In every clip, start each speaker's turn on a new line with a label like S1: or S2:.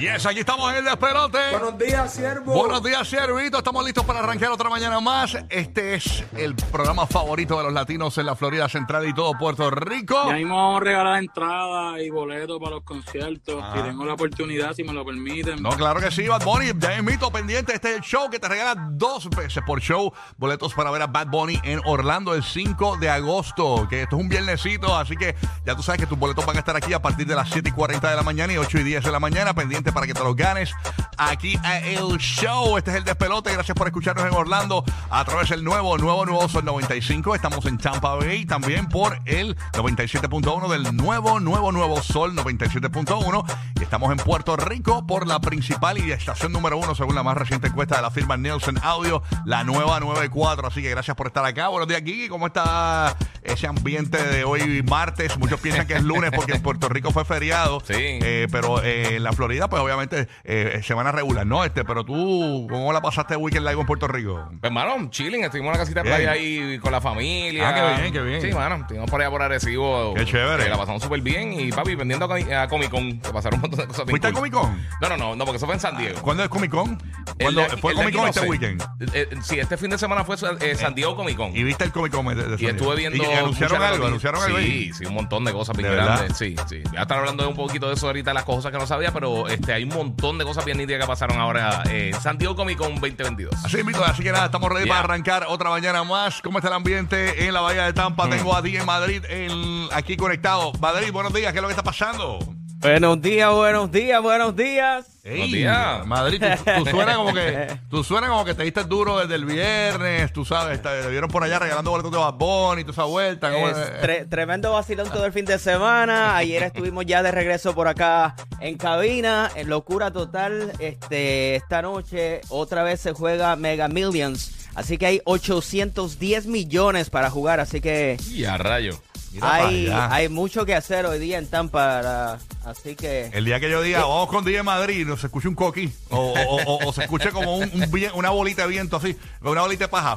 S1: Yes, aquí estamos en el despelote.
S2: Buenos días, siervo.
S1: Buenos días, Servito. Estamos listos para arrancar otra mañana más. Este es el programa favorito de los latinos en la Florida Central y todo Puerto Rico.
S3: Ya mismo vamos a regalar entradas y boletos para los conciertos. Si tengo la oportunidad, si me lo permiten.
S1: Ah. No, claro que sí, Bad Bunny. Ya invito pendiente. Este es el show que te regala dos veces por show boletos para ver a Bad Bunny en Orlando el 5 de agosto. Que esto es un viernesito, así que ya tú sabes que tus boletos van a estar aquí a partir de las 7 y 40 de la mañana y 8 y 10 de la mañana. Pendiente para que te los ganes aquí a el show. Este es el despelote. Gracias por escucharnos en Orlando a través del nuevo, nuevo, nuevo Sol 95. Estamos en Tampa Bay también por el 97.1 del nuevo, nuevo, nuevo Sol 97.1. Y estamos en Puerto Rico por la principal y estación número uno, según la más reciente encuesta de la firma Nielsen Audio, la nueva 94. Así que gracias por estar acá. Buenos días, Kiki. ¿Cómo está ese ambiente de hoy martes? Muchos piensan que es lunes porque en Puerto Rico fue feriado.
S4: Sí.
S1: Eh, pero eh, en la Florida, pues obviamente, eh, semana regular, ¿no? Este, pero tú, ¿cómo la pasaste el weekend live en Puerto Rico?
S4: Pues, mano, chilling, estuvimos en la casita de
S1: Bien.
S4: playa ahí con la familia.
S1: Ah, qué bien, qué bien.
S4: Sí, mano, estuvimos por allá por Arecibo.
S1: Qué chévere.
S4: Eh, la pasamos súper bien y, papi, vendiendo a Comic Con. Se pasaron un montón de cosas. bien
S1: ¿Fuiste a
S4: cool.
S1: Comic Con?
S4: No, no, no, no, porque eso fue en San Diego.
S1: ¿Cuándo es Comic Con?
S4: El
S1: ¿Cuándo
S4: de aquí-
S1: fue
S4: el de
S1: Comic
S4: aquí
S1: Con
S4: no
S1: este
S4: sé.
S1: weekend?
S4: Eh, eh, sí, este fin de semana fue eh, San Diego Comic Con.
S1: Y viste el Comic Con de, de San
S4: Y
S1: Diego?
S4: estuve viendo.
S1: Y, y anunciaron
S4: muchas
S1: algo,
S4: noticias.
S1: anunciaron algo. ahí.
S4: Sí, sí, un montón de cosas bien
S1: ¿De verdad?
S4: grandes. Sí, sí. Ya estar hablando de un poquito de eso ahorita, las cosas que no sabía, pero este, hay un montón de cosas bien nítidas que pasaron ahora eh, en San Diego Comic Con 2022.
S1: Así invito, así que nada, estamos ready
S4: Yeah.
S1: para arrancar otra mañana más. ¿Cómo está el ambiente en la Bahía de Tampa? Tengo a ti en Madrid, en- aquí conectado. Madrid, buenos días, ¿qué es lo que está pasando?
S5: Buenos días, buenos días, buenos días.
S4: Buenos días.
S1: Madrid, tú, tú suena como que, tú suena como que te diste duro desde el viernes, tú sabes, te, te vieron por allá regalando boletos de Bad Bunny, toda esa vuelta. ¿cómo
S5: Es
S1: es?
S5: tre- tremendo vacilón todo el fin de semana. Ayer estuvimos ya de regreso por acá en cabina, en locura total. Este, esta noche otra vez se juega Mega Millions. Así que hay 810 millones para jugar, así que
S4: Y a rayo.
S1: Mira para
S5: hay,
S1: allá.
S5: hay mucho que hacer hoy día en Tampa. la- Así que
S1: El día que yo diga, vamos con DJ Madrid, no se escuche un coquí, o, o- o- o- o se escuche como un, un vie- una bolita de viento así, una bolita de paja.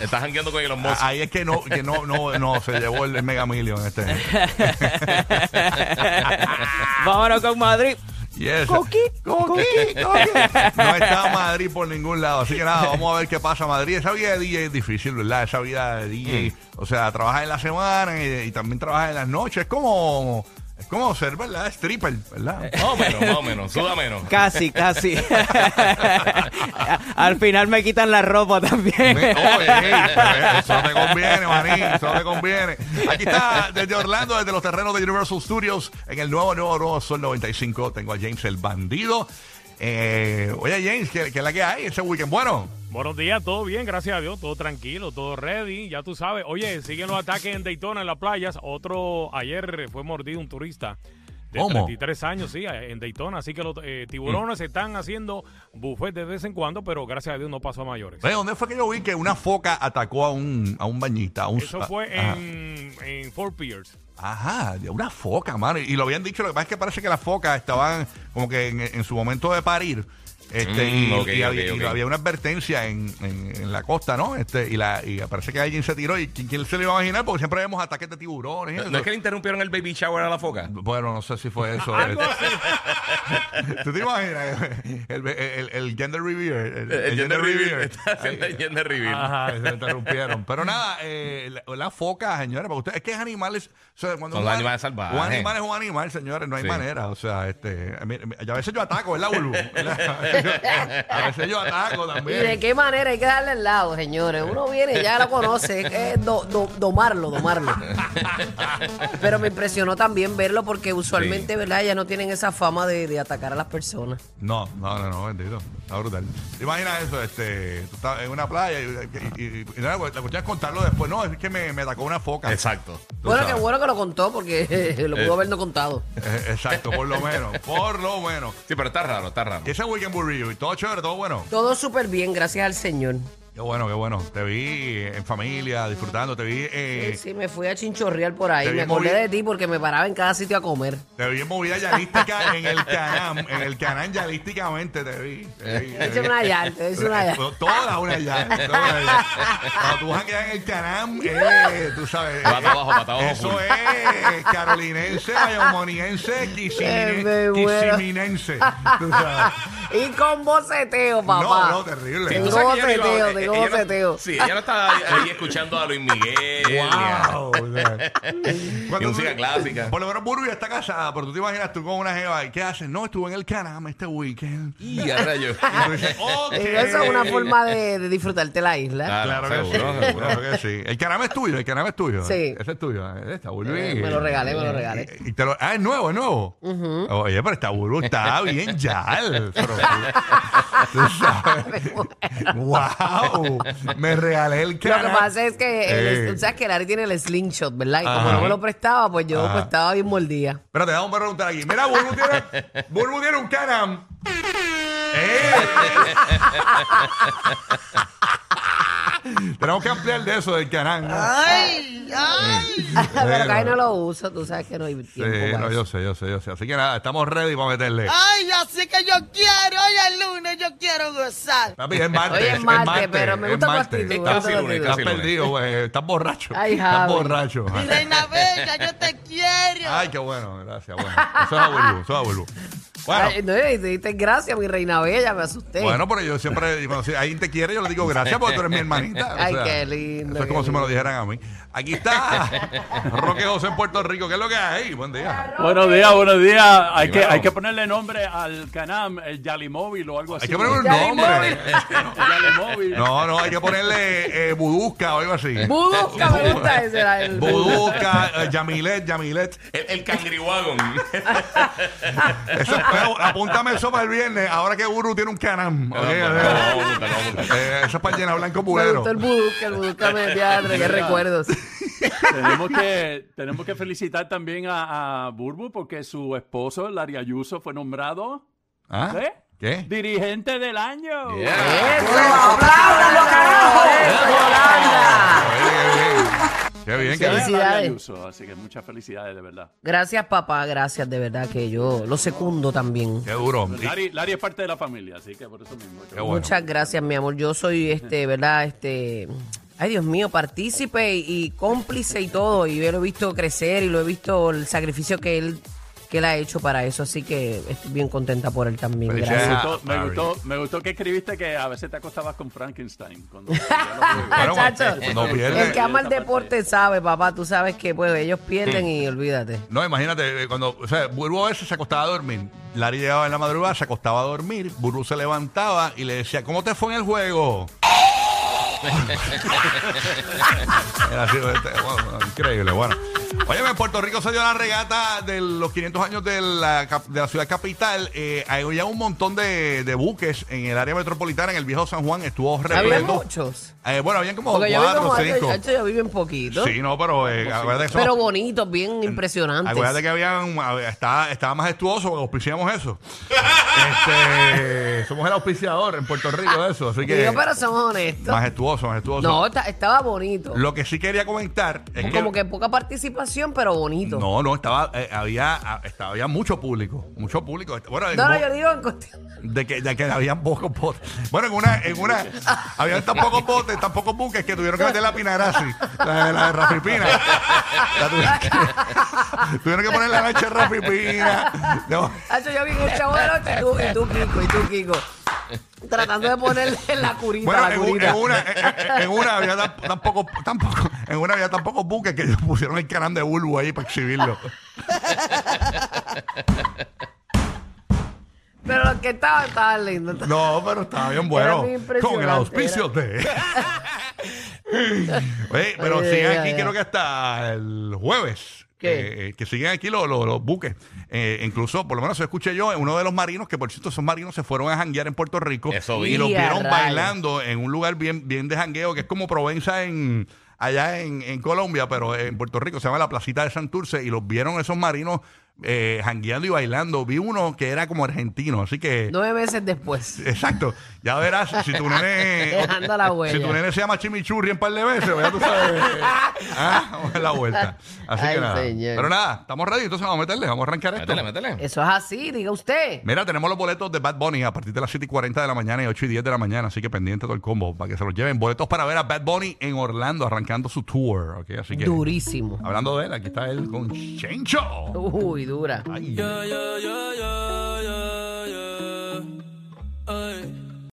S4: Estás jangueando con Elon Musk.
S1: Ahí es que no, que no, no, no, se llevó el, Mega Million este.
S5: vámonos con Madrid.
S1: Yes.
S5: Coquí, coquí,
S1: No está Madrid por ningún lado. Así que nada, vamos a ver qué pasa Madrid. Esa vida de DJ es difícil, ¿verdad? Esa vida de DJ. O sea, trabajas en la semana y, y también trabajas en las noches. Es como, es como ser, ¿verdad? Stripper, ¿verdad?
S4: Más o menos, más o menos. Suda menos.
S5: Casi, casi. Al final me quitan la ropa también.
S1: Me- oye, ey, eh, eso no te conviene, maní, eso no te conviene. Aquí está, desde Orlando, desde los terrenos de Universal Studios, en el nuevo, nuevo, nuevo Sol 95, tengo a James el Bandido. Eh, oye, James, ¿qué, qué es la que hay ese weekend? Bueno,
S6: Buenos días, todo bien, gracias a Dios, todo tranquilo, todo ready, ya tú sabes. Oye, siguen los ataques en Daytona, en las playas. Otro, ayer fue mordido un turista de
S1: ¿Cómo? Mm.
S6: 33 años, sí, en Daytona. Así que los eh, tiburones están haciendo buffet de vez en cuando, pero gracias a Dios no pasó a mayores.
S1: ve, ¿dónde fue que yo vi que una foca atacó a un, a un bañista? A un,
S6: Eso fue
S1: Ajá.
S6: en, en Fort Pierce.
S1: Ajá, de una foca, mano. Y lo habían dicho, lo que pasa es que parece que las focas estaban como que en, en su momento de parir. Este,
S4: Mm,
S1: y,
S4: ok,
S1: y había,
S4: ok,
S1: y
S4: ok.
S1: había una advertencia en, en- en la costa, ¿no? Este, y la, y parece que alguien se tiró. ¿Y quién, quién se lo iba a imaginar? Porque siempre vemos ataques de tiburones. y
S4: No,
S1: eso.
S4: no es que le interrumpieron el baby shower a la foca.
S1: Bueno, no sé si fue eso.
S6: Algo
S1: Este,
S6: así.
S1: ¿Tú te imaginas? El, el, el- el gender review. El, el
S4: El Gender Reveal. Está
S1: Ay,
S4: haciendo el Gender Reveal.
S1: Ajá, se interrumpieron. Pero nada, eh, la, la foca, señores, para ustedes, es que es animales. o sea, cuando
S4: Son
S1: un
S4: los
S1: an-
S4: animales salvajes.
S1: Un animal es un animal, señores, no hay
S4: Sí.
S1: manera. O sea, este, a, mí- a veces yo ataco, ¿verdad, Bulbu? a veces yo ataco
S7: ¿Y
S1: también.
S7: de qué manera hay que darle al lado, señores? Uno viene, ya lo conoce, es que do- do- domarlo, domarlo. Pero me impresionó también verlo porque usualmente, ¿verdad? Ya no tienen esa fama de, de atacar a las personas.
S1: No, no, no, no, bendito. Está brutal. ¿Te imaginas eso? Este, tú estás en una playa y, y- y- y nada, pues, la cuestión es contarlo después. No, es que me, me atacó una foca.
S4: Exacto. Tú
S7: Bueno,
S4: sabes.
S7: qué bueno que lo contó porque lo pudo haber no contado.
S1: Eh, Exacto, por lo menos. Por lo menos.
S4: Sí, pero está raro, está raro.
S1: Y ese weekend burrillo, y todo chévere, todo bueno.
S7: Todo súper bien, gracias al Señor.
S1: Qué bueno, qué bueno. Te vi en familia, disfrutando. Te vi, eh,
S7: Sí, sí, me fui a chinchorrear por ahí.
S1: Te vi
S7: Me acordé
S1: movi-
S7: de ti porque me paraba en cada sitio a comer.
S1: te vi en movida yalística en el canal. En el canal yalísticamente te vi. Te vi, te
S7: He hecho
S1: vi.
S7: una yal, te he hecho una yal.
S1: Bueno, Todas unas ya. todas unas ya. Cuando tú vas a quedar en el canam, eh, tú sabes.
S4: Pata
S1: eh,
S4: abajo, pata abajo,
S1: Eso
S4: full.
S1: es carolinense, bayamoniense,
S7: Eh, me muero.
S1: quisimine- quisiminense. Tú sabes.
S7: Y con boceteo, papá.
S1: No, no, terrible.
S4: Sí, tú
S7: Tengo
S4: sabes que ella no iba-
S7: boceteo,
S4: eh, ella
S7: tengo
S4: no-
S7: boceteo.
S4: Sí, ella no está ahí escuchando a Luis Miguel. ni a-
S1: Wow, o sea. Cuando
S4: música
S1: tú-
S4: clásica.
S1: Por lo menos Buru ya está casada, pero tú te imaginas tú con una jeva y qué haces. No, estuve en el Canam este weekend.
S4: Y a rayos.
S1: Y tú dices, ok.
S7: Y Eso Eh, es una forma de, de disfrutarte la isla.
S1: Claro que
S4: seguro,
S1: sí.
S4: seguro.
S1: Claro que sí. El canal es tuyo, el canal es tuyo.
S7: Sí.
S1: Ese es tuyo. eh, Está Burbu.
S7: Eh, me lo regalé, me lo regalé.
S1: Y- y te lo- ah, es nuevo, es nuevo. Oye, pero está Burbu, está bien ya. Pero, tú sabes. wow. Me regalé el
S7: Lo
S1: canal.
S7: que pasa es que,
S1: Eh.
S7: el, tú sabes que Larry tiene el slingshot, ¿verdad? Y como
S1: Ajá.
S7: no me lo prestaba, pues yo
S1: Ajá.
S7: pues, estaba bien mordida.
S1: Espérate, vamos a preguntar aquí. Mira, Burbu tiene, Burbu tiene un canam. ¡Eh! Tenemos que ampliar de eso del canal.
S7: Ah. Pero acá no lo uso, tú sabes que no hay tiempo. Ah.
S1: Sí,
S7: para
S1: no,
S7: eso.
S1: yo sé, yo sé, yo sé. Así que nada, estamos ready para meterle.
S2: Ay, así que yo quiero, hoy es lunes, yo quiero gozar.
S1: Papi, es martes.
S7: Hoy es martes, pero me
S1: es
S7: gusta tu
S1: martes.
S7: actitud,
S1: Estás-
S4: Casi lunes,
S1: Estás
S4: casi lunes.
S1: perdido, güey. Estás borracho.
S7: Ay,
S1: Estás
S7: Javi.
S1: borracho.
S2: Mi reina bella, yo te quiero.
S1: Ay, qué bueno, gracias. Bueno, eso es abuelo, eso es abuelo. Bueno,
S7: Ay, no, y te diste gracias, mi reina bella, me asusté.
S1: bueno, pero yo siempre, cuando si alguien te quiere, yo le digo gracias porque tú eres mi hermanita. O
S7: Ay,
S1: sea,
S7: qué lindo,
S1: Eso es
S7: qué
S1: como si me
S7: lindo.
S1: lo dijeran a mí. Aquí está Roque José en Puerto Rico. ¿Qué es lo que hay? Buen día.
S8: Buenos días, buenos días. Hay que,
S4: Primero.
S8: hay que ponerle nombre al canal, el Yalimóvil o algo así.
S1: Hay que ponerle un
S7: Ya hay
S1: nombre.
S8: Yalimóvil.
S1: No, no, hay que ponerle eh, Budusca o algo así.
S7: Budusca, me gusta ese. era el-
S1: Budusca, eh, Yamilet, Yamilet.
S4: El, el cangriwagon.
S1: Eso, pero apúntame eso para el viernes. Ahora que Uru tiene un canam. ¿ok?
S4: No, no, no, vamos a juntar, vamos a juntar.
S1: Eh, eso es para llenar blanco
S7: Me
S1: pulero.
S7: gustó el budusca, el budusca me teatro, qué recuerdos.
S8: tenemos, que, tenemos que felicitar también a, a Burbu porque su esposo, Larry Ayuso, fue nombrado
S1: ¿Ah?
S8: ¿eh?
S1: ¿Qué?
S8: dirigente del año.
S4: Yeah.
S7: ¡Eso! ¡Apláudalo, carajo! ¡Eso, Yolanda!
S1: Qué bien, qué
S8: Felicidades
S1: bien.
S8: a Larry
S7: Felicidades.
S8: Ayuso, así que muchas felicidades, de verdad.
S7: Gracias, papá, gracias, de verdad que yo lo secundo también.
S1: Qué duro. Y-
S8: Larry, Larry es parte de la familia, así que por eso mismo.
S1: Qué bueno.
S7: Muchas gracias, mi amor. Yo soy, este, ¿verdad? Este, ay, Dios mío, partícipe y, y cómplice y todo. Y yo lo he visto crecer y lo he visto el sacrificio que él, que él ha hecho para eso. Así que estoy bien contenta por él también.
S1: Felicidades.
S7: Gracias.
S8: Me gustó, me,
S1: Larry.
S8: gustó, me gustó que escribiste que a veces te acostabas con Frankenstein. Cuando
S1: Ah, Bueno,
S7: Chacho,
S1: no
S7: El que
S1: pierde.
S7: ama el deporte sabe, papá. Tú sabes que pues, ellos pierden y olvídate.
S1: No, imagínate, eh, cuando, o sea, Burbu a veces se acostaba a dormir. Larry llegaba en la madrugada, se acostaba a dormir. Burbu se levantaba y le decía, ¿cómo te fue en el juego? Era así, este, bueno, increíble, bueno. Oye, en Puerto Rico se dio la regata de los 500 años de la, cap- de la ciudad capital. Eh, hay ya un montón de, de buques en el área metropolitana, en el viejo San Juan, estuvo
S7: Había
S1: repleto.
S7: muchos.
S1: Eh, bueno, habían como
S7: Porque yo vi
S1: cuatro
S7: como
S1: o
S7: varios,
S1: cinco.
S7: chacho, yo vi bien poquito.
S1: Sí, no, pero eh, acuérdate que son-
S7: pero bonitos, bien impresionantes.
S1: Acuérdate que habían, había- estaba, estaba majestuoso porque auspiciamos eso. Este, somos el auspiciador en Puerto Rico de eso, así que
S7: Digo, pero somos honestos.
S1: majestuoso, majestuoso.
S7: No, esta- estaba bonito.
S1: Lo que sí quería comentar es
S7: Como que poca participación, pero bonito.
S1: no, no, estaba, eh, había, ah, estaba, había mucho público, mucho público. Bueno, en
S7: No, no,
S1: bo-
S7: yo digo en cuestión.
S1: de que, de que habían pocos botes. Bueno, en una, en una, habían tan pocos botes, tan pocos buques que tuvieron que meter la Pinarasi, la de, la de Rafi Pina. La tuvieron, que, tuvieron que poner la noche de Rafi Pina. No.
S7: Hacho, yo vi que el chavo de noche y tú, y tú, Kiko, y tú, Kiko. Tratando de ponerle la curita,
S1: Bueno,
S7: la
S1: en, un-
S7: curita.
S1: en una, en, en- en una había tan- tampoco, tampoco, en una había tampoco buques que ellos pusieron el canal de Bulbo ahí para exhibirlo.
S7: Pero los que estaban, estaban lindos.
S1: No, pero estaba bien bueno.
S7: Era muy impresionante,
S1: Con el auspicio de. Oye, pero
S7: Ay,
S1: siguen
S7: ay,
S1: aquí,
S7: ay,
S1: creo
S7: ay.
S1: que hasta el jueves.
S7: ¿Qué?
S1: Eh, eh, que siguen aquí los, los- los buques. Eh, incluso, por lo menos, escuché yo, uno de los marinos, que por cierto, esos marinos se fueron a janguear en Puerto Rico.
S4: Eso
S1: y
S4: vi.
S1: los
S7: Y a
S1: vieron
S7: rayos.
S1: bailando en un lugar bien, bien de jangueo, que es como Provenza en. Allá en, en Colombia, pero en Puerto Rico se llama la Placita de Santurce, y los vieron esos marinos eh, jangueando y bailando, vi uno que era como argentino, así que...
S7: Nueve meses después.
S1: Exacto. Ya verás, si tu nene...
S7: Dejando la huella.
S1: Si tu nene se llama Chimichurri en par de veces, pues ya tú sabes. ah, vamos a dar la vuelta. Así
S7: Ay,
S1: que nada.
S7: señor.
S1: Pero nada, estamos ready, entonces vamos a meterle, vamos a arrancar esto.
S4: Métele, métele.
S7: Eso es así, diga usted.
S1: Mira, tenemos los boletos de Bad Bunny a partir de las 7 y 40 de la mañana y 8 y 10 de la mañana, así que pendiente todo el combo para que se los lleven. Boletos para ver a Bad Bunny en Orlando arrancando su tour, ¿ok? Así que...
S7: Durísimo.
S1: Hablando de él, aquí está él con Chencho.
S7: Uy, dura.
S1: Ay.
S9: Yeah, yeah, yeah, yeah, yeah. Ay.